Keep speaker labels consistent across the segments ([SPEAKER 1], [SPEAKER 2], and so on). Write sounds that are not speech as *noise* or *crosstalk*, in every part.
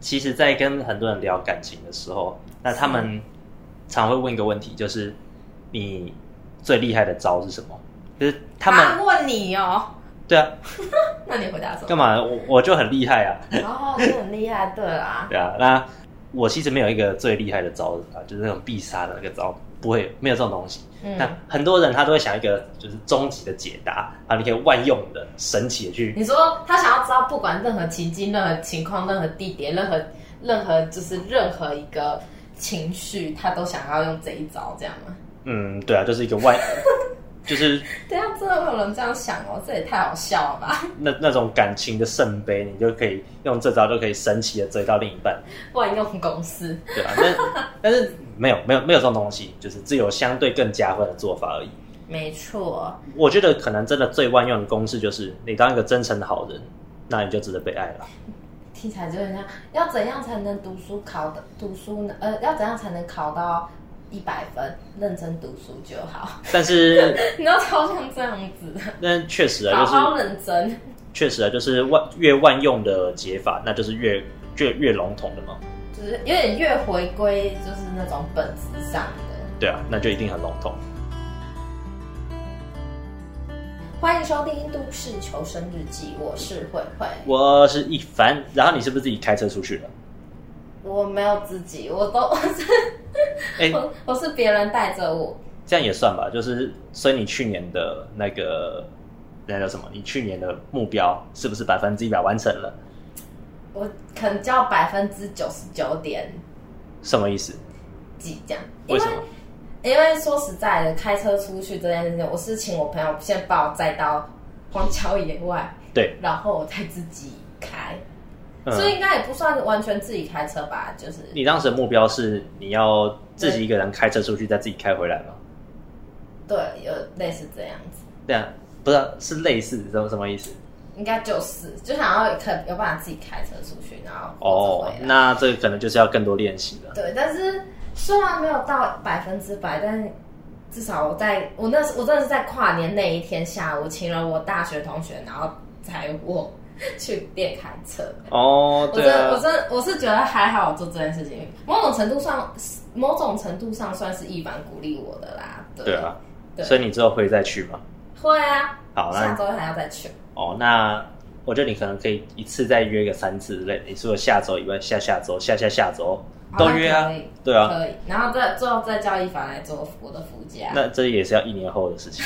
[SPEAKER 1] 其实，在跟很多人聊感情的时候，那他们常会问一个问题，就是你最厉害的招是什么？就是他们、
[SPEAKER 2] 啊问你哦，
[SPEAKER 1] 对啊，
[SPEAKER 2] *laughs* 那你回答什么？
[SPEAKER 1] 干嘛？我我就很厉害啊，
[SPEAKER 2] 哦，你很厉害，对啦，
[SPEAKER 1] 对啊。那我其实没有一个最厉害的招啊，就是那种必杀的那个招，不会没有这种东西。那
[SPEAKER 2] 嗯，
[SPEAKER 1] 很多人他都会想一个就是终极的解答啊，你可以万用的、神奇的去
[SPEAKER 2] 你说他想要知道，不管任何情境、任何情况、任何地点、任何任何就是任何一个情绪，他都想要用这一招，这样吗？
[SPEAKER 1] 嗯，对啊，就是一个
[SPEAKER 2] *laughs*
[SPEAKER 1] 万，就是
[SPEAKER 2] 对啊，真的会有人这样想哦，这也太好笑了吧！
[SPEAKER 1] 那那种感情的圣杯，你就可以用这招就可以神奇的追到另一半，
[SPEAKER 2] *laughs* 万用公司，
[SPEAKER 1] 对吧、那但是没有没有没有这种东西，就是只有相对更加分的做法而已。
[SPEAKER 2] 没错，
[SPEAKER 1] 我觉得可能真的最万用的公式就是，你当一个真诚的好人，那你就值得被爱了。
[SPEAKER 2] 听起来就很像要怎样才能读书考的读书呢？呃，要怎样才能考到一百分？认真读书就好。
[SPEAKER 1] 但是
[SPEAKER 2] *laughs* 你要超像这样子的，
[SPEAKER 1] 那确实啊，
[SPEAKER 2] 好
[SPEAKER 1] 就是
[SPEAKER 2] 好认真。
[SPEAKER 1] 确实啊，就是万越万用的解法，那就是越越越笼统的嘛。
[SPEAKER 2] 就是有点越回归，就是那种本质上的。
[SPEAKER 1] 对啊，那就一定很笼统。
[SPEAKER 2] 欢迎收听《都市求生日记》，我是慧慧。
[SPEAKER 1] 我是一凡，然后你是不是自己开车出去了？
[SPEAKER 2] 我没有自己，我都 *laughs* 我是、 *laughs*
[SPEAKER 1] 哎
[SPEAKER 2] 我我是别人带着我。
[SPEAKER 1] 这样也算吧，就是所以你去年的那个那叫什么？你去年的目标是不是百分之一百完成了？
[SPEAKER 2] 我可能叫百分之九十九点
[SPEAKER 1] 什么意思？
[SPEAKER 2] 几这样，因
[SPEAKER 1] 为
[SPEAKER 2] 为
[SPEAKER 1] 什么？
[SPEAKER 2] 因为说实在的，开车出去这件事情，我是请我朋友先把我载到荒郊野外，
[SPEAKER 1] 对，
[SPEAKER 2] 然后我再自己开，所
[SPEAKER 1] 嗯，
[SPEAKER 2] 以应该也不算完全自己开车吧，就是
[SPEAKER 1] 你当时的目标是你要自己一个人开车出去，再自己开回来吗？
[SPEAKER 2] 对，有类似这样子，
[SPEAKER 1] 对啊，不是啊、是类似什么什么意思？
[SPEAKER 2] 应该就是就想要可有办法自己开车出去，然后或
[SPEAKER 1] 哦
[SPEAKER 2] 者，回来
[SPEAKER 1] 那这个可能就是要更多练习了。
[SPEAKER 2] 对，但是虽然没有到百分之百，但是至少我在我那时我真的是在跨年那一天下午，请了我大学同学，然后载我去练开车。
[SPEAKER 1] 哦，
[SPEAKER 2] 我真
[SPEAKER 1] 对
[SPEAKER 2] 的
[SPEAKER 1] 啊
[SPEAKER 2] 我，真的我是觉得还好，我做这件事情，某种程度上，某种程度上算是一般鼓励我的啦。对
[SPEAKER 1] 对，啊，
[SPEAKER 2] 对
[SPEAKER 1] 所以你之后会再去吗？
[SPEAKER 2] 会啊，
[SPEAKER 1] 好，
[SPEAKER 2] 下
[SPEAKER 1] 那
[SPEAKER 2] 周还要再去。
[SPEAKER 1] 哦，那我觉得你可能可以一次再约个三次之类的，你除了下周以外，下下周、下下下周都约
[SPEAKER 2] 好
[SPEAKER 1] 啊
[SPEAKER 2] 那可以，
[SPEAKER 1] 对啊，
[SPEAKER 2] 可以，然后再最后再叫一凡来做我的副驾。
[SPEAKER 1] 那这也是要一年后的事情。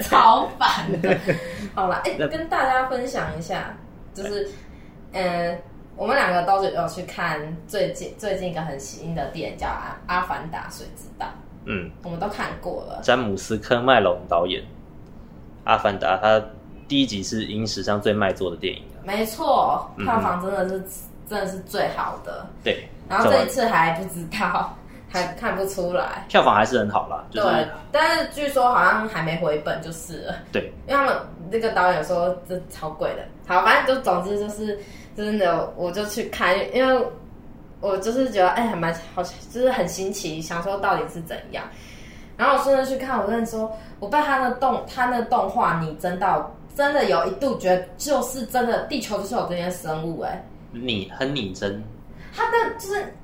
[SPEAKER 2] 超烦
[SPEAKER 1] *laughs*
[SPEAKER 2] 的。好啦，哎、
[SPEAKER 1] 那
[SPEAKER 2] 跟大家分享一下，就是，嗯，我们两个都有去看最近最近一个很新的电影叫《阿阿凡达：谁知道》，
[SPEAKER 1] 嗯，
[SPEAKER 2] 我们都看过了。
[SPEAKER 1] 詹姆斯·科麦隆导演《阿凡达》，他第一集是影史上最卖座的电影啊
[SPEAKER 2] 没错，
[SPEAKER 1] 嗯
[SPEAKER 2] 票房真的是、真的是最好的。
[SPEAKER 1] 对，
[SPEAKER 2] 然后这一次还不知道，还看不出来。
[SPEAKER 1] 票房还是很好啦，就
[SPEAKER 2] 对啊
[SPEAKER 1] 是，
[SPEAKER 2] 但是据说好像还没回本就是了。
[SPEAKER 1] 对，
[SPEAKER 2] 因为他们那个导演说这超贵的，好，反正就总之就是真的，我就去看，因为我就是觉得哎、还蛮好，就是很新奇，想说到底是怎样。然后我顺着去看，我跟你说，我被他的动他那动画拟真到，真的有一度觉得就是真的，地球就是有这些生物哎、
[SPEAKER 1] 你很拟真，
[SPEAKER 2] 他的就是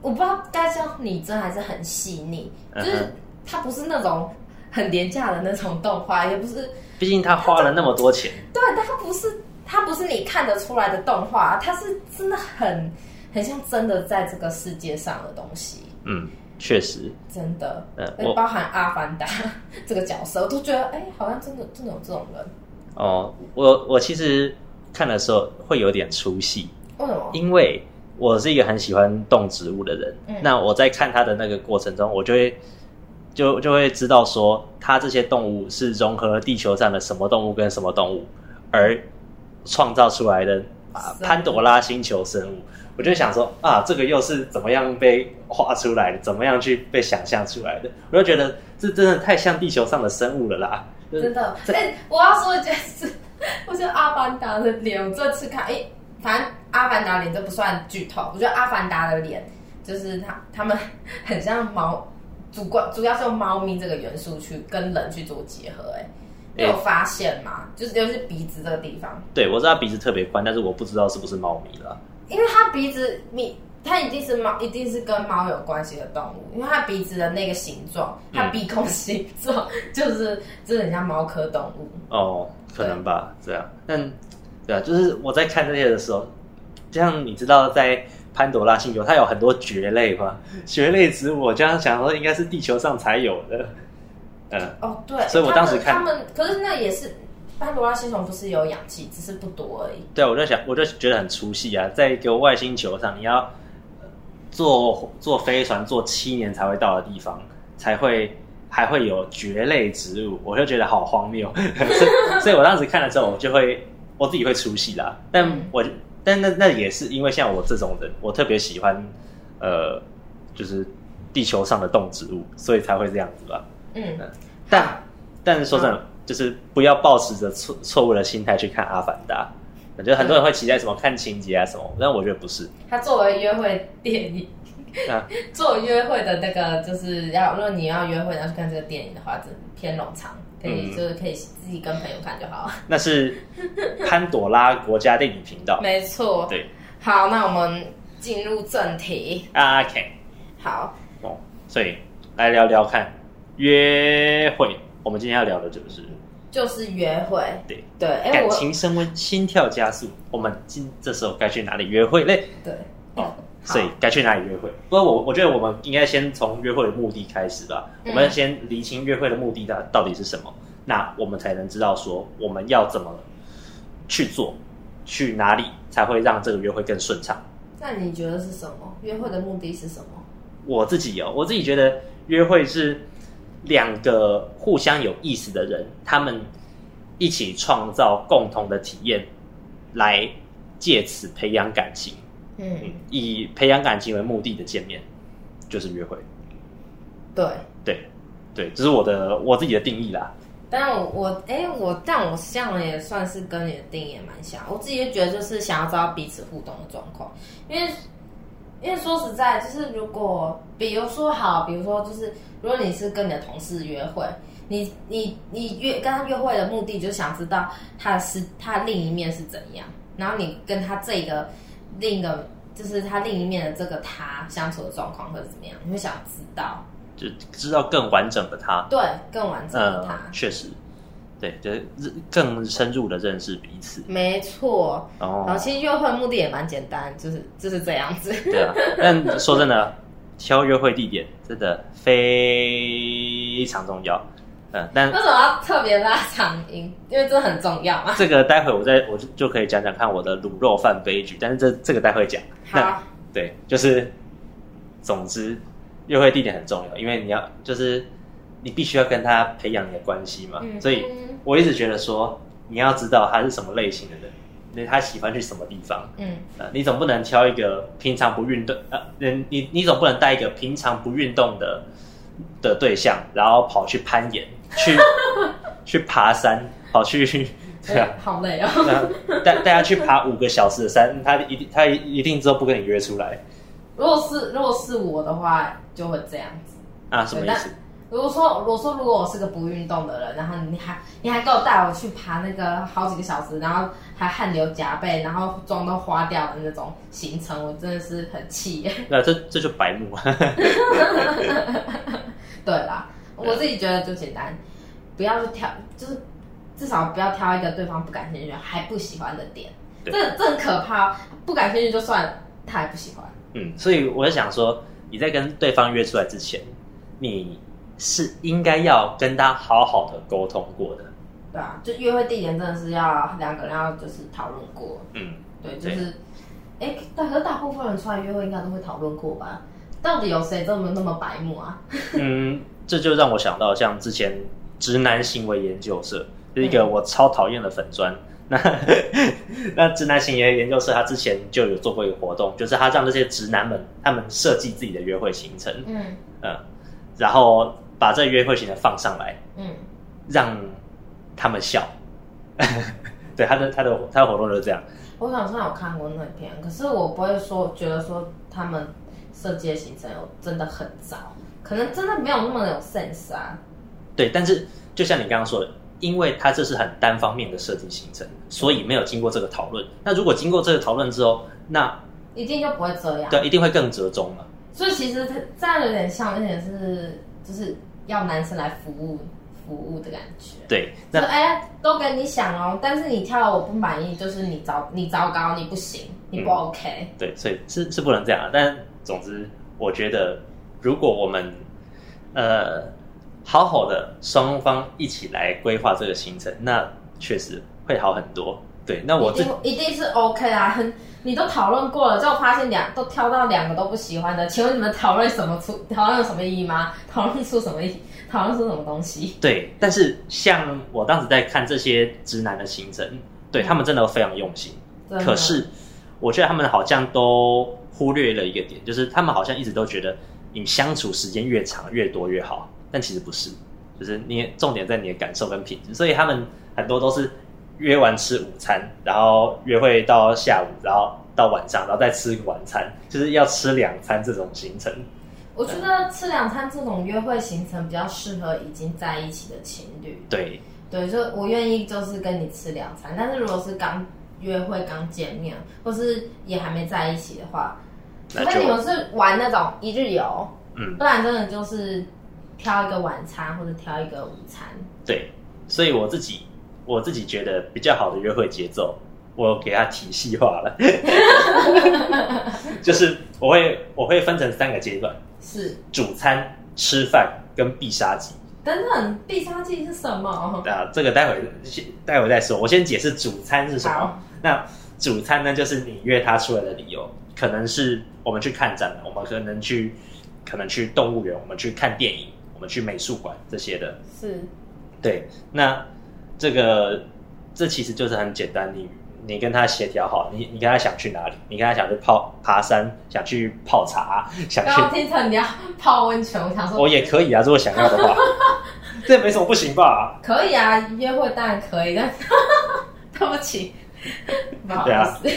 [SPEAKER 2] 我不知道该叫拟真还是很细腻，就
[SPEAKER 1] 嗯
[SPEAKER 2] 是
[SPEAKER 1] 哼
[SPEAKER 2] 它不是那种很廉价的那种动画，也不是
[SPEAKER 1] 毕竟他花了那么多钱。
[SPEAKER 2] 对，但它不是它不是你看得出来的动画，它是真的很很像真的在这个世界上的东西，
[SPEAKER 1] 嗯，确实，
[SPEAKER 2] 真的。
[SPEAKER 1] 嗯，
[SPEAKER 2] 呃
[SPEAKER 1] 我
[SPEAKER 2] 包含阿凡达这个角色，我都觉得哎、好像真的真的有这种人。
[SPEAKER 1] 哦，我我其实看的时候会有点出戏，
[SPEAKER 2] 为什么？
[SPEAKER 1] 因为我是一个很喜欢动植物的人。
[SPEAKER 2] 嗯
[SPEAKER 1] 那我在看它的那个过程中，我就会就就会知道说，它这些动物是融合了地球上的什么动物跟什么动物而创造出来的、啊
[SPEAKER 2] 生、物
[SPEAKER 1] 潘多拉星球生物。我就想说啊，这个又是怎么样被画出来的，怎么样去被想象出来的？我就觉得这真的太像地球上的生物了啦。就是
[SPEAKER 2] 真的，
[SPEAKER 1] 这
[SPEAKER 2] 哎、我要说一件事， *laughs* 我觉得《阿凡达》的脸，我这次看，哎、反正《阿凡达》脸这不算剧透，我觉得《阿凡达》的脸就是他他们很像猫，主观主要是用猫咪这个元素去跟人去做结合、哎，你有发现吗？就是尤其是鼻子这个地方，
[SPEAKER 1] 对，我知道鼻子特别宽，但是我不知道是不是猫咪啦。
[SPEAKER 2] 因为它鼻子你。它一定是猫，一定是跟猫有关系的动物，因为它鼻子的那个形状，它鼻孔形状、就是就是很像猫科动物。
[SPEAKER 1] 哦，可能吧，这样。但对啊，就是我在看这些的时候，就像你知道，在潘多拉星球，它有很多蕨类嘛，蕨类植物，我这样想说应该是地球上才有的。嗯，
[SPEAKER 2] 哦，对，
[SPEAKER 1] 所以我当时看
[SPEAKER 2] 他们，他们可是那也是潘多拉星球不是有氧气，只是不多而已。
[SPEAKER 1] 对啊，我就想，我就觉得很出戏啊，在一个外星球上，你要呃坐坐飞船坐七年才会到的地方，才会还会有蕨类植物，我就觉得好荒谬。 *laughs* 所以，所以我当时看的时候，我就会我自己会出戏啦。但
[SPEAKER 2] 嗯
[SPEAKER 1] 我但那那也是因为像我这种人，我特别喜欢呃，就是地球上的动植物，所以才会这样子吧。
[SPEAKER 2] 嗯，
[SPEAKER 1] 但但是说真的，就是不要抱持着错错误的心态去看《阿凡达》。我觉得很多人会期待什么看情节啊什
[SPEAKER 2] 嗯
[SPEAKER 1] 么，但我觉得不是。
[SPEAKER 2] 它作为约会电影， *laughs*
[SPEAKER 1] 啊
[SPEAKER 2] 做约会的那个就是要，如果你要约会然后去看这个电影的话，这偏冗长，可以、
[SPEAKER 1] 嗯
[SPEAKER 2] 就是可以自己跟朋友看就
[SPEAKER 1] *laughs*
[SPEAKER 2] 好了。
[SPEAKER 1] 那是潘朵拉国家地理频道。
[SPEAKER 2] 没错，
[SPEAKER 1] 对
[SPEAKER 2] 好，那我们进入正题。
[SPEAKER 1] 啊，OK，
[SPEAKER 2] 好，
[SPEAKER 1] 哦，所以来聊聊看约会。我们今天要聊的就是
[SPEAKER 2] 就是约会。
[SPEAKER 1] 对
[SPEAKER 2] 对，哎、
[SPEAKER 1] 感
[SPEAKER 2] 我
[SPEAKER 1] 情升温，心跳加速。我们今这时候该去哪里约会嘞？
[SPEAKER 2] 对，
[SPEAKER 1] 哦，
[SPEAKER 2] 好
[SPEAKER 1] 所以该去哪里约会？不过我我觉得我们应该先从约会的目的开始吧。
[SPEAKER 2] 嗯
[SPEAKER 1] 我们先厘清约会的目的到到底是什么，那我们才能知道说我们要怎么去做，去哪里才会让这个约会更顺畅。
[SPEAKER 2] 那你觉得是什么？约会的目的是什么？
[SPEAKER 1] 我自己有，哦我自己觉得约会是两个互相有意思的人，他们一起创造共同的体验，来借此培养感情。嗯
[SPEAKER 2] 嗯，，
[SPEAKER 1] 以培养感情为目的的见面，就是约会。
[SPEAKER 2] 对。
[SPEAKER 1] 对，对，这是我的我自己的定义啦。
[SPEAKER 2] 但我我哎、我但我像也算是跟你的定义也蛮像，我自己就觉得就是想要知道彼此互动的状况，因为因为说实在，就是如果比如说好，比如说就是如果你是跟你的同事约会，你你你约跟他约会的目的就是想知道他是他另一面是怎样，然后你跟他这个另一个就是他另一面的这个他相处的状况会是怎么样，你会想知道，
[SPEAKER 1] 就知道更完整的他，
[SPEAKER 2] 对，更完整的
[SPEAKER 1] 呃
[SPEAKER 2] 他。，
[SPEAKER 1] 确实，对，就是更深入的认识彼此。哦
[SPEAKER 2] 没错，
[SPEAKER 1] 然
[SPEAKER 2] 然
[SPEAKER 1] 后
[SPEAKER 2] 后，其实约会的目的也蛮简单，就是就是这样子。 *laughs*
[SPEAKER 1] 对啊，但说真的， *laughs* 挑约会地点真的非常重要。嗯、但
[SPEAKER 2] 为什么要特别拉长音？因为这很重要啊嘛。
[SPEAKER 1] *laughs* 这个待会我再我就就可以讲讲看我的卤肉饭悲剧，但是这这个待会讲。那
[SPEAKER 2] 好，
[SPEAKER 1] 对，就是，总之，约会地点很重要，因为你要就是你必须要跟他培养你的关系嘛。
[SPEAKER 2] 嗯
[SPEAKER 1] 所以我一直觉得说，你要知道他是什么类型的人，那他喜欢去什么地方。
[SPEAKER 2] 嗯，
[SPEAKER 1] 呃，你总不能挑一个平常不运动，呃，你你你总不能带一个平常不运动的的对象，然后跑去攀岩，
[SPEAKER 2] *laughs*
[SPEAKER 1] 去去爬山，跑去 *laughs* *laughs* 对啊，
[SPEAKER 2] 哎好累哦。 *laughs*
[SPEAKER 1] 那 *laughs* 带带他去爬五个小时的山，他一定他一定之后不跟你约出来。
[SPEAKER 2] 如果是如果是我的话，就会这样子。
[SPEAKER 1] 啊，什么意思？
[SPEAKER 2] 如果说如果说如果我是个不运动的人，然后你还你还给我带我去爬那个好几个小时，然后还汗流浃背，然后妆都花掉的那种行程，我真的是很气耶。
[SPEAKER 1] 那、这这就白目 *laughs* 啊！
[SPEAKER 2] 对啊啦，我自己觉得就简单，不要去挑，就是至少不要挑一个对方不感兴趣还不喜欢的点，
[SPEAKER 1] 对
[SPEAKER 2] 这这很可怕哦。不感兴趣就算了，他还不喜欢，
[SPEAKER 1] 嗯，所以我就想说，你在跟对方约出来之前，你是应该要跟他好好的沟通过的。
[SPEAKER 2] 对啊，就约会地点真的是要两个人要就是讨论过，
[SPEAKER 1] 嗯，
[SPEAKER 2] 对，就是，哎，大可是大部分人出来约会应该都会讨论过吧？到底有谁这么那么白目啊？
[SPEAKER 1] 嗯，这就让我想到像之前直男行为研究社，是一个
[SPEAKER 2] 嗯
[SPEAKER 1] 我超讨厌的粉砖。 *laughs* 那那直男行为研究社，他之前就有做过一个活动，就是他让这些直男们他们设计自己的约会行程，
[SPEAKER 2] 嗯
[SPEAKER 1] 嗯，然后把这约会行程放上来，
[SPEAKER 2] 嗯，
[SPEAKER 1] 让他们笑。对，他的他的他的活动就是这样。
[SPEAKER 2] 我想说有看过那篇，可是我不会说觉得说他们设计的行程有真的很糟，可能真的没有那么有 sense 啊。
[SPEAKER 1] 对，但是就像你刚刚说的，因为他这是很单方面的设计行程，所以没有经过这个讨论。那如果经过这个讨论之后，那
[SPEAKER 2] 一定就不会这样。
[SPEAKER 1] 对，一定会更折中了。
[SPEAKER 2] 所以其实它这样有点像，有点是就是要男生来服务服务的感觉。
[SPEAKER 1] 对，
[SPEAKER 2] 就
[SPEAKER 1] 那
[SPEAKER 2] 哎、都给你想哦，但是你跳我不满意，就是你糟你糟糕，你不行，你不
[SPEAKER 1] 嗯
[SPEAKER 2] OK。
[SPEAKER 1] 对，所以是是不能这样啊。但总之，我觉得如果我们呃好好的双方一起来规划这个行程，那确实会好很多。对，那我
[SPEAKER 2] 一
[SPEAKER 1] 自
[SPEAKER 2] 定一定是 OK 啊，很你都讨论过了，结果发现两都挑到两个都不喜欢的，请问你们讨论什么出讨论有什么意义吗？ *laughs* 讨论出什么意？ *laughs* 讨论出什么东西？
[SPEAKER 1] 对，但是像我当时在看这些直男的行程，对他们真的非常用心。
[SPEAKER 2] 真的
[SPEAKER 1] 可是我觉得他们好像都忽略了一个点，就是他们好像一直都觉得你相处时间越长越多越好，但其实不是，就是你也重点在你的感受跟品质，所以他们很多都是约完吃午餐，然后约会到下午，然后到晚上，然后再吃晚餐，就是要吃两餐这种行程。
[SPEAKER 2] 我觉得吃两餐这种约会行程比较适合已经在一起的情侣。
[SPEAKER 1] 对，
[SPEAKER 2] 对，就我愿意就是跟你吃两餐，但是如果是刚约会、刚见面，或是也还没在一起的话，除
[SPEAKER 1] 那就
[SPEAKER 2] 非你们是玩那种一日游，
[SPEAKER 1] 嗯，
[SPEAKER 2] 不然真的就是挑一个晚餐或者挑一个午餐。
[SPEAKER 1] 对，所以我自己我自己觉得比较好的约会节奏，我给它体系化了，就是我会我会分成三个阶段：
[SPEAKER 2] 是，
[SPEAKER 1] 主餐、吃饭跟必杀技。
[SPEAKER 2] 等等，必杀技是什么？
[SPEAKER 1] 啊，这个待会先待会再说，我先解释主餐是什么
[SPEAKER 2] 好。
[SPEAKER 1] 那主餐呢，就是你约他出来的理由，可能是我们去看展览，我们可能去可能去动物园，我们去看电影，我们去美术馆这些的。
[SPEAKER 2] 是，
[SPEAKER 1] 对，那这个这其实就是很简单，你你跟他协调好，你你跟他想去哪里，你跟他想去泡爬山，想去泡茶，想
[SPEAKER 2] 刚刚
[SPEAKER 1] 去
[SPEAKER 2] 听成你要泡温泉，我想说
[SPEAKER 1] 我也可以啊，如果想要的
[SPEAKER 2] *laughs*
[SPEAKER 1] 话，这没什么不行吧？
[SPEAKER 2] 可以啊，约会当然可以，但 *laughs* 对不起，不好
[SPEAKER 1] 对啊
[SPEAKER 2] 意思，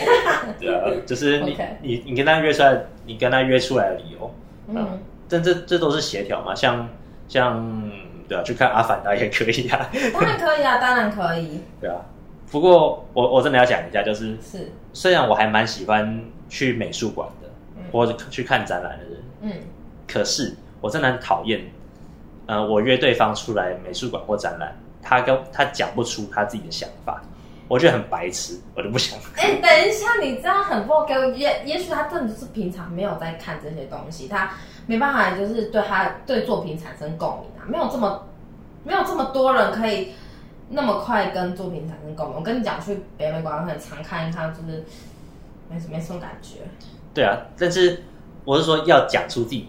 [SPEAKER 1] 对啊，就是你
[SPEAKER 2] OK
[SPEAKER 1] 你你跟他约出来，你跟他约出来的理由，啊
[SPEAKER 2] 嗯，
[SPEAKER 1] 但这这都是协调嘛，像像对啊，去看阿凡达也可以啊，
[SPEAKER 2] 当然可以啊，当然可以，
[SPEAKER 1] 对啊。不过我我真的要讲一下，就是
[SPEAKER 2] 是，
[SPEAKER 1] 虽然我还蛮喜欢去美术馆的，
[SPEAKER 2] 嗯
[SPEAKER 1] 或者去看展览的人，
[SPEAKER 2] 嗯，
[SPEAKER 1] 可是我真的很讨厌，呃，我约对方出来美术馆或展览，他跟他讲不出他自己的想法，我觉得很白痴，我就不想。 *laughs*
[SPEAKER 2] 哎、等一下，你这样很不 OK 我。也也许他真的就是平常没有在看这些东西，他没办法，就是对他对作品产生共鸣啊，没有这么没有这么多人可以那么快跟作品产生共鸣。我跟你讲，去北美馆很常看一看，就是没什没什么感觉。
[SPEAKER 1] 对啊，但是我是说要讲出自己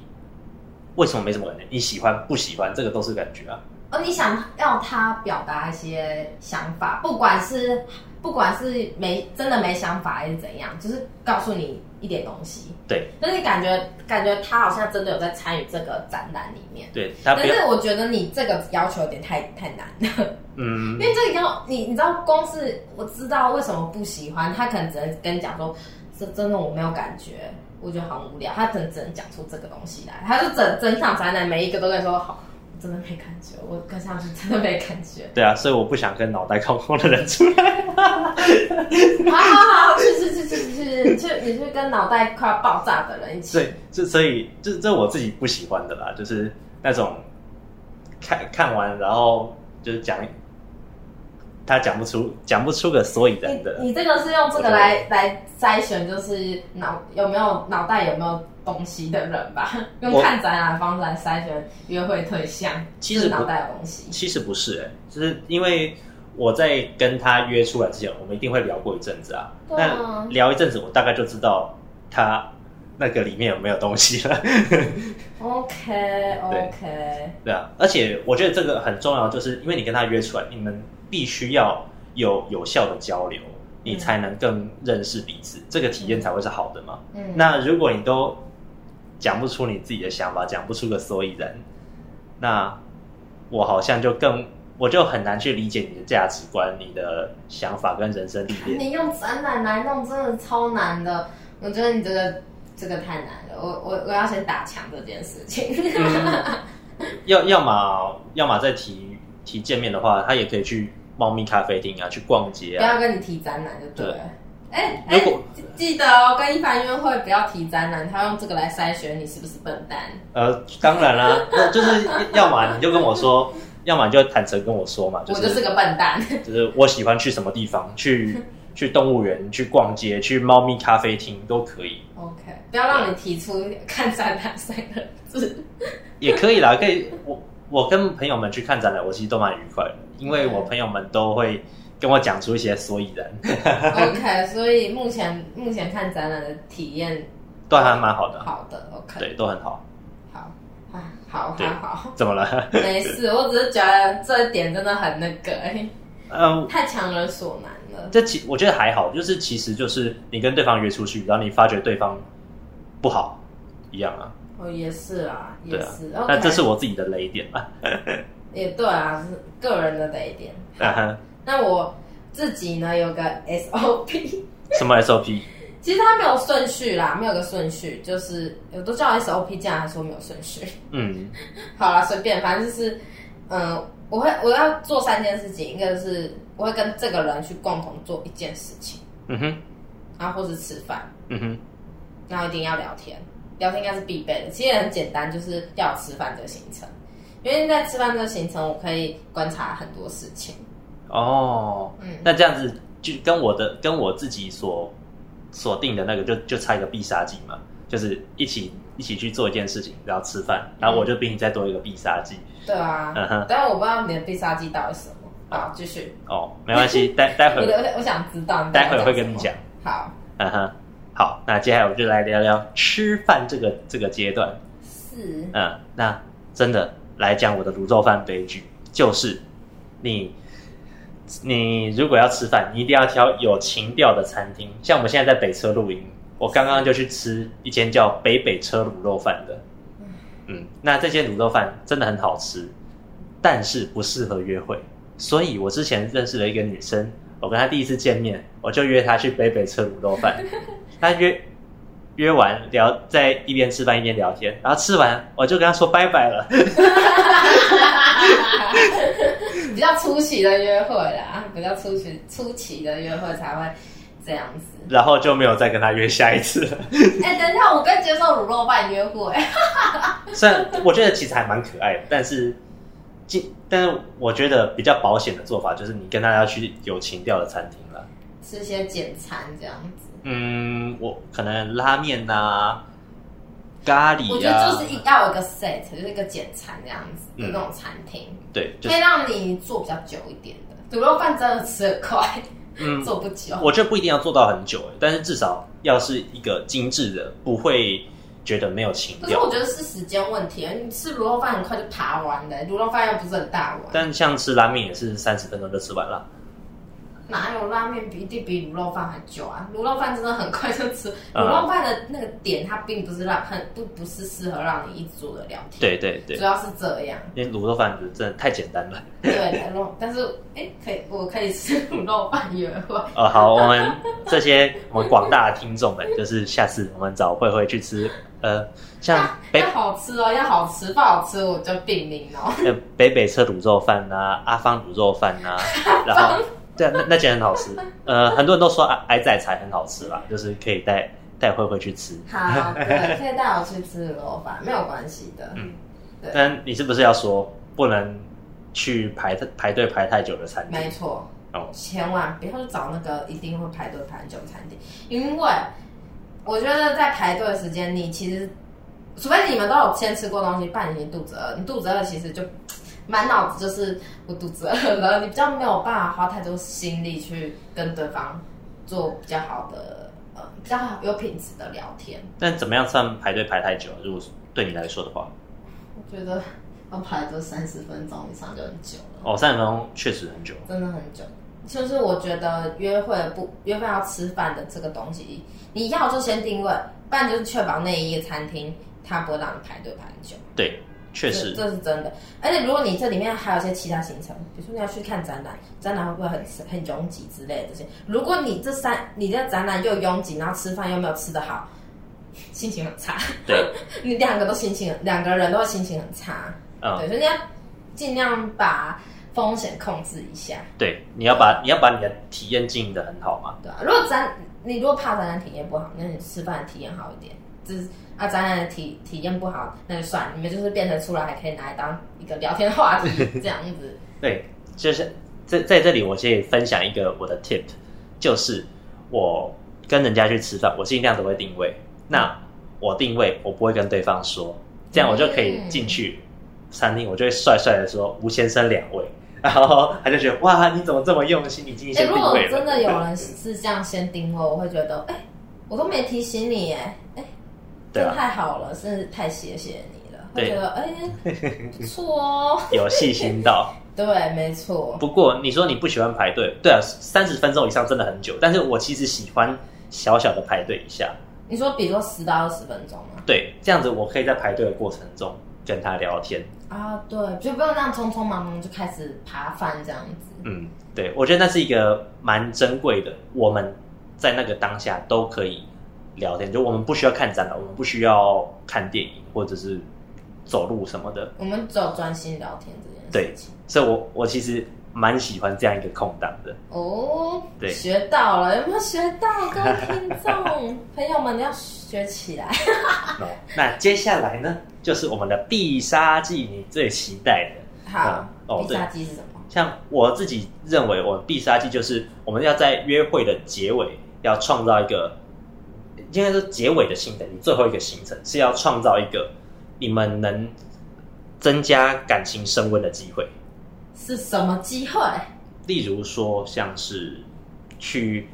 [SPEAKER 1] 为什么没什么感觉，你喜欢不喜欢，这个都是感觉啊。
[SPEAKER 2] 而哦你想要他表达一些想法，不管是不管是没真的没想法还是怎样，就是告诉你一点东西。
[SPEAKER 1] 对
[SPEAKER 2] 但是感觉感觉他好像真的有在参与这个展览里面。
[SPEAKER 1] 对，他
[SPEAKER 2] 但
[SPEAKER 1] 不要
[SPEAKER 2] 是我觉得你这个要求有点太太难了，
[SPEAKER 1] 嗯
[SPEAKER 2] 因，为这个要你你知道，光是我知道为什么不喜欢，他可能只能跟你讲说，这真的我没有感觉，我觉得很无聊，他可能只能讲出这个东西来，他就整整场展览每一个都在说好。我真的没感觉，我跟上去真的没感
[SPEAKER 1] *laughs*
[SPEAKER 2] 觉。
[SPEAKER 1] 对啊，所以我不想跟脑袋空空的人出来。
[SPEAKER 2] *laughs* 好好好，去去去去去去，你去跟脑袋快要爆炸的人一起。
[SPEAKER 1] 对，这所以这这我自己不喜欢的啦，就是那种看看完然后就是讲他讲不出讲不出个所以然的，
[SPEAKER 2] 你这个是用这个来来筛选，就是脑有没有脑袋有没有东西的人吧？ *laughs* 用
[SPEAKER 1] 我
[SPEAKER 2] 看展览的方式来筛选约会对象，
[SPEAKER 1] 其实
[SPEAKER 2] 是
[SPEAKER 1] 不
[SPEAKER 2] 脑袋有东西。
[SPEAKER 1] 其实不是哎、就是因为我在跟他约出来之前，我们一定会聊过一阵子啊。
[SPEAKER 2] 对啊
[SPEAKER 1] 那聊一阵子，我大概就知道他那个里面有没有东西了，
[SPEAKER 2] OK OK，
[SPEAKER 1] 对啊。而且我觉得这个很重要，就是因为你跟他约出来，你们必须要有有效的交流，你才能更认识彼此，这个体验才会是好的嘛。
[SPEAKER 2] 嗯，
[SPEAKER 1] 那如果你都讲不出你自己的想法，讲不出个所以然，那我好像就更我就很难去理解你的价值观、你的想法跟人生历练。
[SPEAKER 2] 你用展览来弄真的超难的，我觉得你这个这个太难了。我我我要先打枪这件事情。
[SPEAKER 1] 嗯
[SPEAKER 2] *laughs*
[SPEAKER 1] 要要么要么再提提见面的话，他也可以去猫咪咖啡厅啊，去逛街
[SPEAKER 2] 不
[SPEAKER 1] 啊。
[SPEAKER 2] 要跟你提展览就对了。哎、哎
[SPEAKER 1] 如
[SPEAKER 2] 哎
[SPEAKER 1] 果，
[SPEAKER 2] 记得哦，跟一般约会不要提渣男，他用这个来筛选你是不是笨蛋。
[SPEAKER 1] 呃，当然啦、那就是要么你就跟我说，要么你就坦诚跟我说嘛，就
[SPEAKER 2] 我就是
[SPEAKER 1] 是
[SPEAKER 2] 个
[SPEAKER 1] *laughs*
[SPEAKER 2] 笨蛋。
[SPEAKER 1] 就是我喜欢去什么地方，去去动物园，去逛街，去猫咪咖啡厅都可以，
[SPEAKER 2] OK，不要让你提出看渣男三个
[SPEAKER 1] *laughs*
[SPEAKER 2] 字。
[SPEAKER 1] 也可以啦，可以。我我跟朋友们去看展览，我其实都蛮愉快的，因为我朋友们都会跟我讲出一些所以然， *laughs*
[SPEAKER 2] OK，所以目前目前看展览的体验
[SPEAKER 1] 都还蛮好的，
[SPEAKER 2] 好的。OK，
[SPEAKER 1] 对，都很好。
[SPEAKER 2] 好啊，好
[SPEAKER 1] 对
[SPEAKER 2] 还好，
[SPEAKER 1] 怎么了？
[SPEAKER 2] *laughs* 没事。我只是觉得这一点真的很那个、哎
[SPEAKER 1] 嗯，
[SPEAKER 2] 太强人所难了。
[SPEAKER 1] 这其我觉得还好，就是其实就是你跟对方约出去，然后你发觉对方不好，一样啊。
[SPEAKER 2] 哦，也是啊，也
[SPEAKER 1] 对啊
[SPEAKER 2] 是。
[SPEAKER 1] 那
[SPEAKER 2] OK，
[SPEAKER 1] 这是我自己的雷点吧。
[SPEAKER 2] 也对啊，是个人的雷点。
[SPEAKER 1] *laughs* 啊哈
[SPEAKER 2] 那我自己呢有个 SOP，
[SPEAKER 1] 什么 SOP？
[SPEAKER 2] *laughs* 其实它没有顺序啦，没有个顺序，就是我都叫 SOP，竟然还说没有顺序。 *laughs*
[SPEAKER 1] 嗯
[SPEAKER 2] 好啦，随便，反正就是，嗯，我会我要做三件事情，一个是我会跟这个人去共同做一件事情，
[SPEAKER 1] 嗯哼
[SPEAKER 2] 然后或是吃饭，
[SPEAKER 1] 嗯哼
[SPEAKER 2] 然后一定要聊天，聊天应该是必备的。其实也很简单，就是要有吃饭这个行程，因为在吃饭这个行程，我可以观察很多事情。
[SPEAKER 1] 哦，
[SPEAKER 2] 嗯，
[SPEAKER 1] 那这样子就跟我的跟我自己所所定的那个就就差一个必杀技嘛，就是一起一起去做一件事情，然后吃饭，然后我就比你再多一个必杀技。
[SPEAKER 2] 对啊，
[SPEAKER 1] 嗯哼，
[SPEAKER 2] 但我不知道你的必杀技到底是什么。好，继续。
[SPEAKER 1] 哦，没关系，待待
[SPEAKER 2] 我
[SPEAKER 1] 会
[SPEAKER 2] *laughs* 的
[SPEAKER 1] 儿
[SPEAKER 2] 我想我想知道你
[SPEAKER 1] 待
[SPEAKER 2] 到
[SPEAKER 1] 会
[SPEAKER 2] 底
[SPEAKER 1] 儿
[SPEAKER 2] 要
[SPEAKER 1] 会
[SPEAKER 2] 什
[SPEAKER 1] 跟你
[SPEAKER 2] 么
[SPEAKER 1] 讲。。
[SPEAKER 2] 好，
[SPEAKER 1] 嗯哼，好，那接下来我们就来聊聊吃饭这个这个阶段。
[SPEAKER 2] 是
[SPEAKER 1] 嗯，那真的来讲我的卤肉饭悲剧，就是你你如果要吃饭，你一定要挑有情调的餐厅。像我们现在在北车露营，我刚刚就去吃一间叫北北车卤肉饭的。嗯，那这间卤肉饭真的很好吃，但是不适合约会。所以我之前认识了一个女生，我跟她第一次见面，我就约她去北北车卤肉饭。她约约完聊，在一边吃饭一边聊天，然后吃完我就跟她说拜拜了。
[SPEAKER 2] 比较出奇的约会啦，比较出奇出奇的约会才会这样子。
[SPEAKER 1] 然后就没有再跟他约下一次了。
[SPEAKER 2] 哎、等一下，我跟接受卤肉饭约会，
[SPEAKER 1] 虽然我觉得其实还蛮可爱的，但是，尽但是我觉得比较保险的做法就是你跟他要去有情调的餐厅了。
[SPEAKER 2] 吃些简餐这样子。
[SPEAKER 1] 嗯，我可能拉面呐、咖
[SPEAKER 2] 我
[SPEAKER 1] 喱啊
[SPEAKER 2] 觉
[SPEAKER 1] 呀、
[SPEAKER 2] 得就是一要有一个 set，就是一个简餐这样子的
[SPEAKER 1] 嗯
[SPEAKER 2] 那种餐厅，
[SPEAKER 1] 对，就
[SPEAKER 2] 可
[SPEAKER 1] 是
[SPEAKER 2] 以让你做比较久一点的。卤肉饭真的吃得快，
[SPEAKER 1] 嗯，
[SPEAKER 2] 做不久。
[SPEAKER 1] 我觉得不一定要做到很久，欸但是至少要是一个精致的，不会觉得没有情
[SPEAKER 2] 可是
[SPEAKER 1] 调
[SPEAKER 2] 我。觉得是时间问题，你吃卤肉饭很快就爬完了，卤肉饭又不是很大碗，
[SPEAKER 1] 但像吃拉面也是三十分钟就吃完了，
[SPEAKER 2] 哪有拉面比一定比卤肉饭还久啊？卤肉饭真的很快就
[SPEAKER 1] *laughs*
[SPEAKER 2] 吃，
[SPEAKER 1] 嗯
[SPEAKER 2] 卤肉饭的那个点它并不是让很不不是适合让你一直坐着聊天，
[SPEAKER 1] 对对对
[SPEAKER 2] 主，要是这样。
[SPEAKER 1] 因为卤肉饭就真的太简单了。
[SPEAKER 2] 对，肉， *laughs* 但是哎，可以，我可以吃 *laughs* 卤肉饭约会。
[SPEAKER 1] 呃，好，我们这些我们广大的听众们，就是下次我们找慧慧去吃，呃，像北
[SPEAKER 2] *laughs* 要好吃哦，要好吃，不好吃我就并零哦。
[SPEAKER 1] 呃北北车卤肉饭呐、阿芳卤肉饭呐、然后对啊，那那间很好吃，呃，很多人都说啊矮仔才很好吃啦，就是可以带带慧慧去
[SPEAKER 2] 呃
[SPEAKER 1] 吃。
[SPEAKER 2] 好，对，可以带我去吃卤肉饭，没有关系的。
[SPEAKER 1] 嗯
[SPEAKER 2] 对
[SPEAKER 1] 但你是不是要说不能去排排队排太久的餐厅？
[SPEAKER 2] 没错，
[SPEAKER 1] 哦，
[SPEAKER 2] 千万不要去找那个一定会排队排很久的餐厅，因为我觉得在排队的时间，你其实除非你们都有先吃过东西，不然你肚子饿，你肚子饿其实就满脑子就是我肚子饿了，你比较没有办法花太多心力去跟对方做比较好的呃比较有品质的聊天。
[SPEAKER 1] 那怎么样算排队排太久？如果对你来说的话，
[SPEAKER 2] 我觉得要排个三十分钟以上就很久了。
[SPEAKER 1] 哦，三十分钟确实很久。
[SPEAKER 2] 真的很久。就是我觉得约会不约会要吃饭的这个东西，你要就先定位，不然就是确保那一个餐厅它不会让你排队排很久。
[SPEAKER 1] 对，确实
[SPEAKER 2] 这，这是真的。而且如果你这里面还有一些其他行程，比如说你要去看展览，展览会不会很很拥挤之类的这些？如果你这三你的展览又拥挤，然后吃饭又没有吃得好， *laughs* 心情很差。 *laughs*
[SPEAKER 1] 对，
[SPEAKER 2] 你 *laughs* 两个都心情很，两个人都会心情很差。
[SPEAKER 1] 嗯
[SPEAKER 2] 对，所以你要尽量把风险控制一下，
[SPEAKER 1] 对，你要把你要把你的体验经营的很好嘛。
[SPEAKER 2] 对啊，如果展你如果怕展览体验不好，那你吃饭的体验好一点。就是啊，展览的体体验不好，那就算你们就是变成出来还可以拿来当一个聊天话题
[SPEAKER 1] *laughs*
[SPEAKER 2] 这样子。
[SPEAKER 1] 对，就是在在这里，我可以分享一个我的 tip，就是我跟人家去吃饭，我尽量都会定位。
[SPEAKER 2] 嗯
[SPEAKER 1] 那我定位，我不会跟对方说，这样我就可以进
[SPEAKER 2] 嗯
[SPEAKER 1] 去餐厅，我就会帅帅的说“吴先生两位”， *laughs* 然后他就觉得哇，你怎么这么用心？你已经
[SPEAKER 2] 哎、
[SPEAKER 1] 先
[SPEAKER 2] 如
[SPEAKER 1] 定
[SPEAKER 2] 果
[SPEAKER 1] 位
[SPEAKER 2] 真
[SPEAKER 1] 了。
[SPEAKER 2] 的有人是这样先盯我，我会觉得哎、我都没提醒你哎哎，
[SPEAKER 1] 对
[SPEAKER 2] 这
[SPEAKER 1] 啊
[SPEAKER 2] 太好了，真是太谢谢你了。会
[SPEAKER 1] 对
[SPEAKER 2] 觉得哎、不
[SPEAKER 1] *laughs*
[SPEAKER 2] 错哦。
[SPEAKER 1] 有细心
[SPEAKER 2] *laughs*
[SPEAKER 1] 到，
[SPEAKER 2] 对，没错。
[SPEAKER 1] 不过你说你不喜欢排队，对啊，三十分钟以上真的很久，但是我其实喜欢小小的排队一下，
[SPEAKER 2] 你说，比如说十到二十分钟吗？
[SPEAKER 1] 对，这样子我可以在排队的过程中跟他聊天。
[SPEAKER 2] 啊，对，就不用那样匆匆忙忙就开始扒饭这样子。
[SPEAKER 1] 嗯，对，我觉得那是一个蛮珍贵的，我们在那个当下都可以聊天，就我们不需要看展览，我们不需要看电影或者是走路什么的，
[SPEAKER 2] 我们只有专心聊天这件事情。
[SPEAKER 1] 所以我我其实蛮喜欢这样一个空档的。
[SPEAKER 2] 哦，
[SPEAKER 1] 对
[SPEAKER 2] 学到了，有没有学到？各位听众朋友们，你要学起来。
[SPEAKER 1] 哦那接下来呢，就是我们的必杀技，你最期待的。
[SPEAKER 2] 好，
[SPEAKER 1] 哦
[SPEAKER 2] 必杀技是什么？
[SPEAKER 1] 像我自己认为，我们必杀技就是我们要在约会的结尾要创造一个，应该说结尾的行程，你最后一个行程是要创造一个你们能增加感情升温的机会。
[SPEAKER 2] 是什么机会？
[SPEAKER 1] 例如说，像是去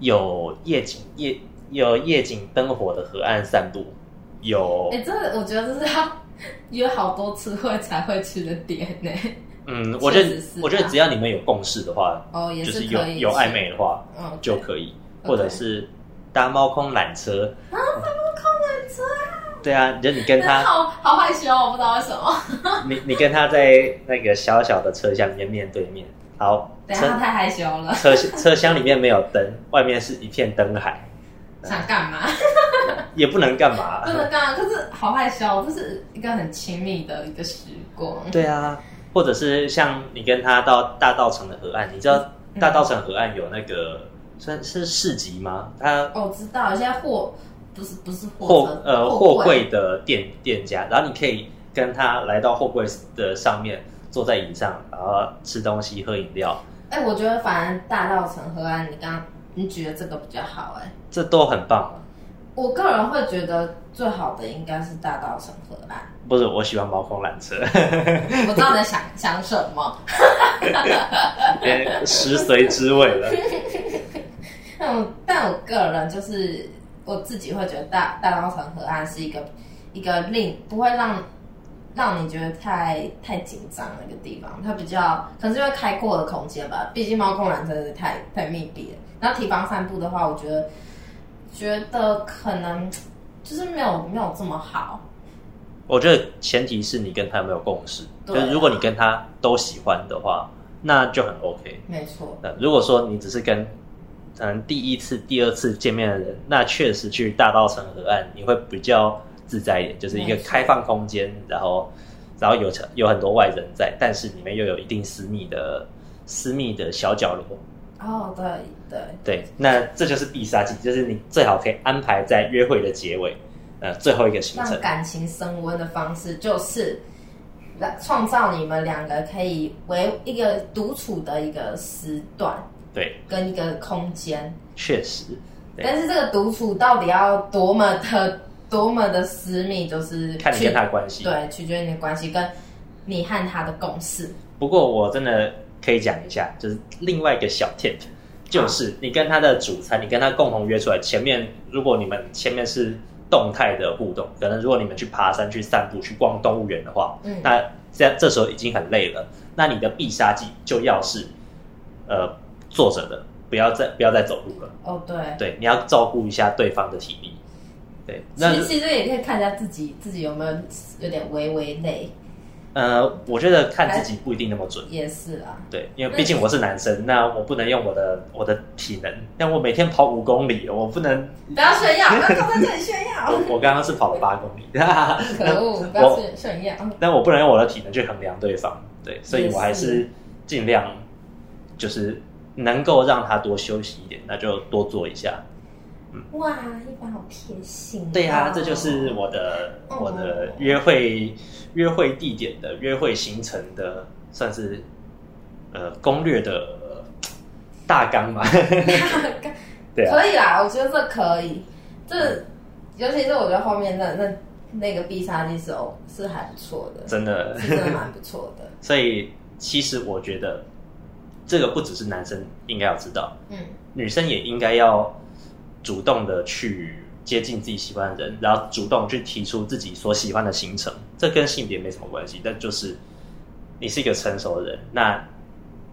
[SPEAKER 1] 有夜景夜有夜景灯火的河岸散步，有
[SPEAKER 2] 哎、这个我觉得这是要约好多次会才会去的点呢、
[SPEAKER 1] 嗯，我觉
[SPEAKER 2] 确
[SPEAKER 1] 得
[SPEAKER 2] 实是啊
[SPEAKER 1] 我觉得只要你们有共识的话，
[SPEAKER 2] 哦，也
[SPEAKER 1] 就是有
[SPEAKER 2] 可以
[SPEAKER 1] 有暧，昧的话，
[SPEAKER 2] 嗯，
[SPEAKER 1] 就可以，
[SPEAKER 2] OK
[SPEAKER 1] 或者是搭猫空缆车。
[SPEAKER 2] 啊，怎么空缆车？
[SPEAKER 1] 对啊，就你跟他，
[SPEAKER 2] *laughs* 好好害羞哦，我不知道为什么。
[SPEAKER 1] 你你跟他在那个小小的车厢里面面对面。好，
[SPEAKER 2] 等一下他
[SPEAKER 1] 车
[SPEAKER 2] 太害羞了，
[SPEAKER 1] 车车厢里面没有灯，外面是一片灯海，嗯
[SPEAKER 2] 想干嘛？
[SPEAKER 1] 也不能干嘛
[SPEAKER 2] 不。能干嘛？可是好害羞，这是一个很亲密的一个时光。
[SPEAKER 1] 对啊，或者是像你跟他到大稻城的河岸，你知道
[SPEAKER 2] 嗯
[SPEAKER 1] 大稻城河岸有那个算是市集吗？它
[SPEAKER 2] 哦，我知道，现在货不是不是货
[SPEAKER 1] 货
[SPEAKER 2] 车
[SPEAKER 1] 呃
[SPEAKER 2] 货
[SPEAKER 1] 货柜的店店家，然后你可以跟他来到货柜的上面，坐在椅上，然后吃东西、喝饮料，
[SPEAKER 2] 哎、我觉得反正大稻城河岸，你刚刚你举的这个比较好哎、
[SPEAKER 1] 这都很棒啊。
[SPEAKER 2] 我个人会觉得最好的应该是大稻城河岸。
[SPEAKER 1] 不是，我喜欢猫空缆车，
[SPEAKER 2] 我知道你在想想什么，
[SPEAKER 1] 食髓知味了。
[SPEAKER 2] 嗯，但我个人就是我自己会觉得大大稻城河岸是一个一个令不会让让你觉得太太紧张的一个地方，它比较可能是因为开阔的空间吧，毕竟猫空缆真的是太太密闭了。然后提防散步的话，我觉得觉得可能就是没有没有这么好，
[SPEAKER 1] 我觉得前提是你跟他有没有共识，就
[SPEAKER 2] 对啊
[SPEAKER 1] 是如果你跟他都喜欢的话，那就很 OK。
[SPEAKER 2] 没错，
[SPEAKER 1] 那如果说你只是跟可能第一次、第二次见面的人，那确实去大稻城河岸你会比较自在一点，就是一个
[SPEAKER 2] 没错
[SPEAKER 1] 开放空间，然后然后有有很多外人在，但是里面又有一定私密的私密的小角落。
[SPEAKER 2] 哦，对对，
[SPEAKER 1] 对，那这就是必杀技，就是你最好可以安排在约会的结尾，呃，最后一个行程
[SPEAKER 2] 让。感情升温的方式就是来创造你们两个可以为一个独处的一个时段
[SPEAKER 1] 对，
[SPEAKER 2] 跟一个空间，
[SPEAKER 1] 确实，对
[SPEAKER 2] 但是这个独处到底要多么的多么的私密，就是
[SPEAKER 1] 看你
[SPEAKER 2] 取
[SPEAKER 1] 跟他的关系。
[SPEAKER 2] 对取决于你的关系跟你和他的共识。
[SPEAKER 1] 不过我真的可以讲一下，就是另外一个小 tip，就是你跟他的主餐，你跟他共同约出来，前面如果你们前面是动态的互动，可能如果你们去爬山、去散步、去逛动物园的话，
[SPEAKER 2] 嗯
[SPEAKER 1] 那这这时候已经很累了，那你的必杀技就要是呃坐着的，不要再不要再走路了。
[SPEAKER 2] 哦，对，
[SPEAKER 1] 对，你要照顾一下对方的体力。对，那
[SPEAKER 2] 其实其实也可以看一下自己自己有没有有点微微累，
[SPEAKER 1] 呃，我觉得看自己不一定那么准。
[SPEAKER 2] 也是啊。
[SPEAKER 1] 对，因为毕竟我是男生，那我不能用我的我的体能，但我每天跑五公里，我不能。
[SPEAKER 2] 不要炫耀，不要靠在这里炫
[SPEAKER 1] *laughs*
[SPEAKER 2] 耀，
[SPEAKER 1] 我刚刚是跑了八公里， *laughs* 哈哈哈
[SPEAKER 2] 可恶！不要炫炫耀。
[SPEAKER 1] 但我不能用我的体能去衡量对方。对，所以我还
[SPEAKER 2] 也
[SPEAKER 1] 是尽量就是能够让他多休息一点，那就多做一下。
[SPEAKER 2] 哇，一般好贴心、啊
[SPEAKER 1] 对呀、这就是
[SPEAKER 2] *laughs*
[SPEAKER 1] 我的
[SPEAKER 2] 哦
[SPEAKER 1] 我的约会约会地点的约会行程的，算是呃攻略的呃大纲吧。对啊，
[SPEAKER 2] 可以啦，我觉得这可以，这尤其是我觉得后面那那那个必杀技是哦是还不错的，
[SPEAKER 1] *laughs* 真的。
[SPEAKER 2] 是真的蛮不
[SPEAKER 1] *laughs*
[SPEAKER 2] 错的。
[SPEAKER 1] 所以其实我觉得这个不只是男生应该要知道，
[SPEAKER 2] 嗯，
[SPEAKER 1] 女生也应该要主动的去接近自己喜欢的人，然后主动去提出自己所喜欢的行程。这跟性别没什么关系，但就是你是一个成熟的人，那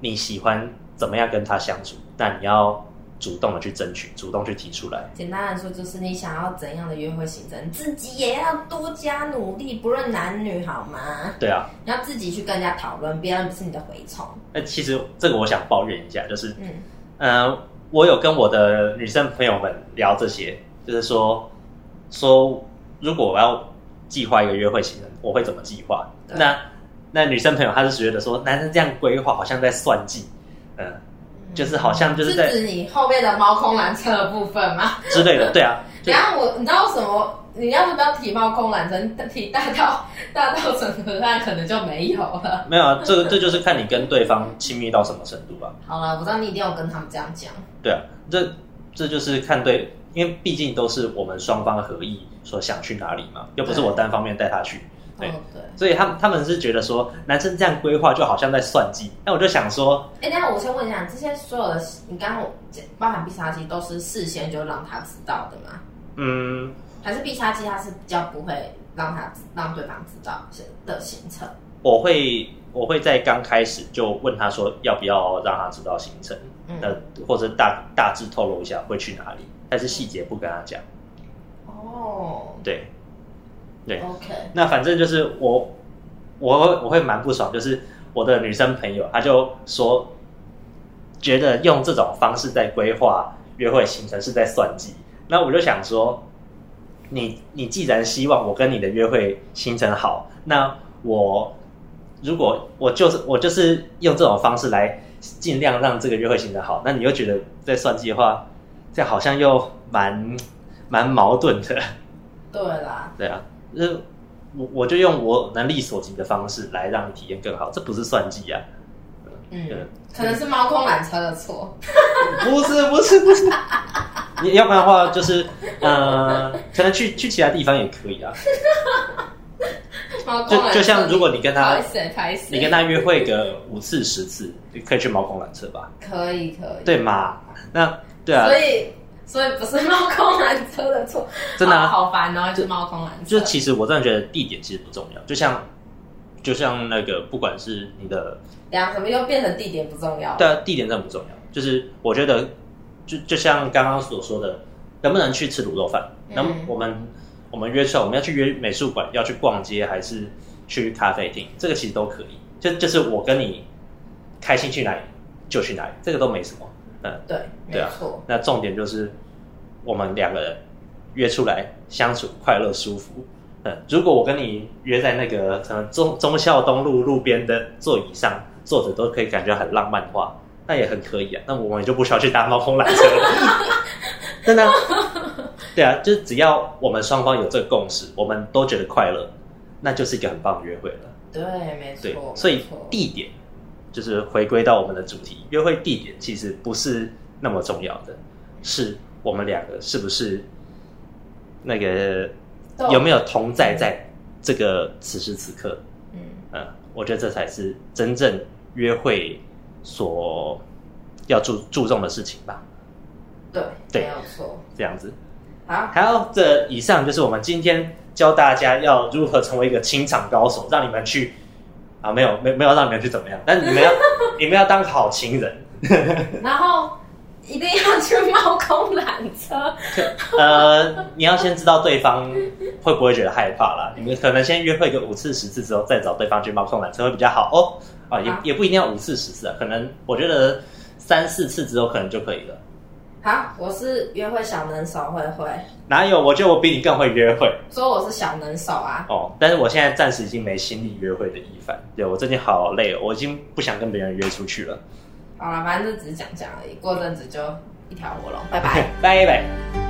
[SPEAKER 1] 你喜欢怎么样跟他相处，那你要主动的去争取，主动去提出来。
[SPEAKER 2] 简单来说就是你想要怎样的约会行程，你自己也要多加努力，不论男女好吗？
[SPEAKER 1] 对啊，
[SPEAKER 2] 你要自己去跟人家讨论，别人不是你的蛔虫。
[SPEAKER 1] 那其实这个我想抱怨一下，就是
[SPEAKER 2] 嗯，
[SPEAKER 1] 呃，我有跟我的女生朋友们聊这些，就是说说如果我要计划一个约会行程，我会怎么计划？
[SPEAKER 2] 对
[SPEAKER 1] 那那女生朋友她是觉得说，男生这样规划好像在算计，嗯、就是好像就是在
[SPEAKER 2] 指你后面的猫空缆车的部分吗？
[SPEAKER 1] 之类 *laughs* 的，对啊，就
[SPEAKER 2] 然后我，你知道为什么？你要是不要提猫空缆车，提大到大到整个案可能就没有了。
[SPEAKER 1] 没有啊，这个这就是看你跟对方亲密到什么程度吧，
[SPEAKER 2] 好了，我知道你一定有跟他们这样讲。
[SPEAKER 1] 对啊，这这就是看对，因为毕竟都是我们双方合意说想去哪里嘛，又不是我单方面带她去，对
[SPEAKER 2] 哦，对。
[SPEAKER 1] 所以他们他们是觉得说，男生这样规划就好像在算计。那我就想说，
[SPEAKER 2] 哎、等一下我先问一下，这些所有的你刚刚我讲包含必杀技都是事先就让他知道的吗？
[SPEAKER 1] 嗯，
[SPEAKER 2] 还是必杀技它是比较不会让他知让对方知道的行程？
[SPEAKER 1] 我会我会在刚开始就问他说要不要让他知道行程，
[SPEAKER 2] 嗯
[SPEAKER 1] 呃，或者大大致透露一下会去哪里，但是细节不跟他讲。
[SPEAKER 2] 哦
[SPEAKER 1] 对，对
[SPEAKER 2] ，OK，
[SPEAKER 1] 那反正就是我我会我会蛮不爽，就是我的女生朋友，她就说觉得用这种方式在规划约会行程是在算计。那我就想说，你你既然希望我跟你的约会行程好，那我如果我就是我就是用这种方式来尽量让这个约会行程好，那你又觉得在算计的话，这样好像又蛮蛮矛盾的。
[SPEAKER 2] 对啦，
[SPEAKER 1] 对啊，就是我我就用我能力所及的方式来让你体验更好，这不是算计啊，
[SPEAKER 2] 嗯
[SPEAKER 1] 对，
[SPEAKER 2] 可能是猫空缆车的错。
[SPEAKER 1] 不 *laughs* 是不是不是，你要不然的话就是呃，可能去去其他地方也可以 *laughs* 啊，
[SPEAKER 2] 猫空缆
[SPEAKER 1] 就
[SPEAKER 2] 车
[SPEAKER 1] 就像如果你跟他
[SPEAKER 2] 拍谁拍谁，
[SPEAKER 1] 你跟他约会个五次十次，可以去猫空缆车吧？
[SPEAKER 2] 可以可以，
[SPEAKER 1] 对嘛？那对啊
[SPEAKER 2] 所，以所以不是猫空缆车的错，
[SPEAKER 1] 真的啊
[SPEAKER 2] 好好烦哦，一直猫空缆车，
[SPEAKER 1] 就其实我真的觉得地点其实不重要，就像就像那个不管是你的
[SPEAKER 2] 两怎么又变成地点不重要？
[SPEAKER 1] 对啊，地点真的不重要。就是我觉得，就就像刚刚所说的，能不能去吃卤肉饭？
[SPEAKER 2] 嗯
[SPEAKER 1] 能、我们我们约出来，我们要去约美术馆，要去逛街，还是去咖啡厅？这个其实都可以。就就是我跟你开心去哪里就去哪里，这个都没什么。嗯，
[SPEAKER 2] 对，没
[SPEAKER 1] 对啊
[SPEAKER 2] 错。
[SPEAKER 1] 那重点就是我们两个人约出来相处快乐舒服。嗯，如果我跟你约在那个可能中中孝东路路边的座椅上坐着，都可以感觉很浪漫的话，那也很可以啊。那我们就不需要去搭猫空缆车了，真的啊。对啊，就是只要我们双方有这个共识，我们都觉得快乐，那就是一个很棒的约会了。
[SPEAKER 2] 对，没
[SPEAKER 1] 对
[SPEAKER 2] 错，。
[SPEAKER 1] 所以
[SPEAKER 2] 没错
[SPEAKER 1] 地点就是回归到我们的主题，约会地点其实不是那么重要的，是我们两个是不是那个
[SPEAKER 2] 都
[SPEAKER 1] 有没有同在在这个此时此刻？
[SPEAKER 2] 嗯，
[SPEAKER 1] 嗯，我觉得这才是真正约会所要注注重的事情吧。
[SPEAKER 2] 对，
[SPEAKER 1] 对
[SPEAKER 2] 没有错。
[SPEAKER 1] 这样子，
[SPEAKER 2] 好，
[SPEAKER 1] 好，这以上就是我们今天教大家要如何成为一个情场高手，让你们去啊，没有没没有让你们去怎么样，但是你们要你们要当好情人，
[SPEAKER 2] 然后一定要去猫空缆车， *laughs*
[SPEAKER 1] 呃，你要先知道对方会不会觉得害怕啦，你们可能先约会个五次十次之后，再找对方去猫空缆车会比较好哦，啊，也
[SPEAKER 2] 好
[SPEAKER 1] 也不一定要五次十次啊，可能我觉得三四次之后可能就可以了，
[SPEAKER 2] 好，我是约会小能手慧慧，
[SPEAKER 1] 哪有？我觉得我比你更会约会
[SPEAKER 2] 说我是小能手啊。
[SPEAKER 1] 哦，但是我现在暂时已经没心力约会的意凡。对我最近好累、哦，我已经不想跟别人约出去了。
[SPEAKER 2] 好了，反正就只是讲讲而已，过阵子就一条活龙，拜拜。
[SPEAKER 1] 拜拜。